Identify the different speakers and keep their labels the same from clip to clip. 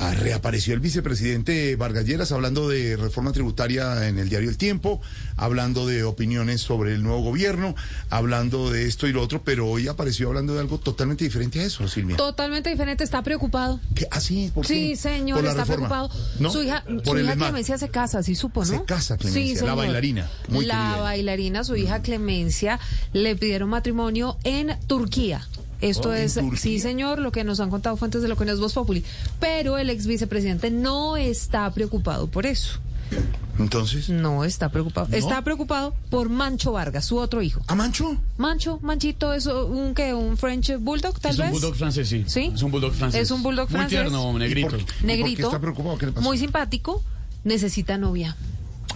Speaker 1: Ah, Reapareció el vicepresidente Vargas Lleras hablando de reforma tributaria en el diario El Tiempo, hablando de opiniones sobre el nuevo gobierno, hablando de esto y lo otro, pero hoy apareció hablando de algo totalmente diferente a eso, Silvia.
Speaker 2: Totalmente diferente, está preocupado.
Speaker 1: ¿Qué? ¿Ah, sí? ¿Por qué?
Speaker 2: Sí, señor,
Speaker 1: ¿Por la
Speaker 2: está
Speaker 1: reforma?
Speaker 2: preocupado.
Speaker 1: ¿No?
Speaker 2: Su hija,
Speaker 1: Por
Speaker 2: su
Speaker 1: el
Speaker 2: hija
Speaker 1: ESMAD.
Speaker 2: Clemencia se casa, sí supo, ¿no?
Speaker 1: Se casa, Clemencia,
Speaker 2: Sí,
Speaker 1: la
Speaker 2: señor.
Speaker 1: bailarina, muy
Speaker 2: la
Speaker 1: querida. Mm.
Speaker 2: bailarina, su hija Clemencia, le pidieron matrimonio en Turquía. Esto
Speaker 1: Oh, en
Speaker 2: es,
Speaker 1: Turquía.
Speaker 2: sí señor, lo que nos han contado fuentes de lo que nos Voz Populi. Pero el ex vicepresidente no está preocupado por eso.
Speaker 1: Entonces,
Speaker 2: No está preocupado.
Speaker 1: ¿No?
Speaker 2: Está preocupado por Mancho Vargas, su otro hijo.
Speaker 1: ¿a Mancho?
Speaker 2: Mancho, Manchito, es un que un French Bulldog, tal
Speaker 3: Es
Speaker 2: vez.
Speaker 3: un bulldog francés, sí.
Speaker 2: ¿Sí?
Speaker 3: Es un bulldog francés.
Speaker 2: Es un bulldog francés.
Speaker 3: Muy tierno, negrito.
Speaker 1: ¿Y por qué?
Speaker 2: Negrito.
Speaker 1: está preocupado? ¿Qué le pasó?
Speaker 2: Muy simpático. Necesita novia.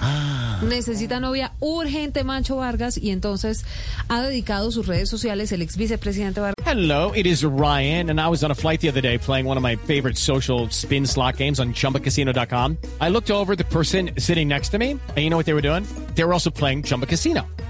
Speaker 1: Ah.
Speaker 2: Necesita novia urgente Mancho Vargas y entonces ha dedicado sus redes sociales el ex vicepresidente Vargas
Speaker 4: Hello, it is Ryan, and I was on a flight the other day playing one of my favorite social spin slot games on chumbacasino.com. I looked over at the person sitting next to me, and you know what they were doing? They were also playing Chumba Casino.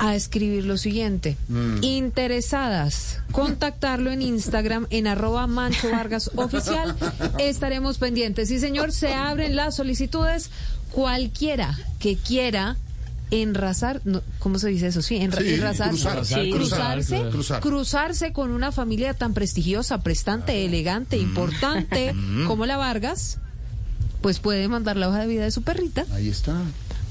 Speaker 2: a escribir lo siguiente.
Speaker 1: Mm.
Speaker 2: Interesadas, contactarlo en Instagram en arroba Mancho Vargas oficial. Estaremos pendientes. Sí, señor, se abren las solicitudes. Cualquiera que quiera enrazar, no, ¿cómo se dice eso? Sí, enra-
Speaker 1: Sí,
Speaker 2: enrazar,
Speaker 1: cruzar,
Speaker 3: sí, cruzar,
Speaker 2: cruzarse,
Speaker 3: cruzar.
Speaker 1: Cruzar.
Speaker 2: cruzarse con una familia tan prestigiosa, prestante, elegante,
Speaker 1: Mm.
Speaker 2: importante como la Vargas, pues puede mandar la hoja de vida de su perrita
Speaker 1: Ahí está.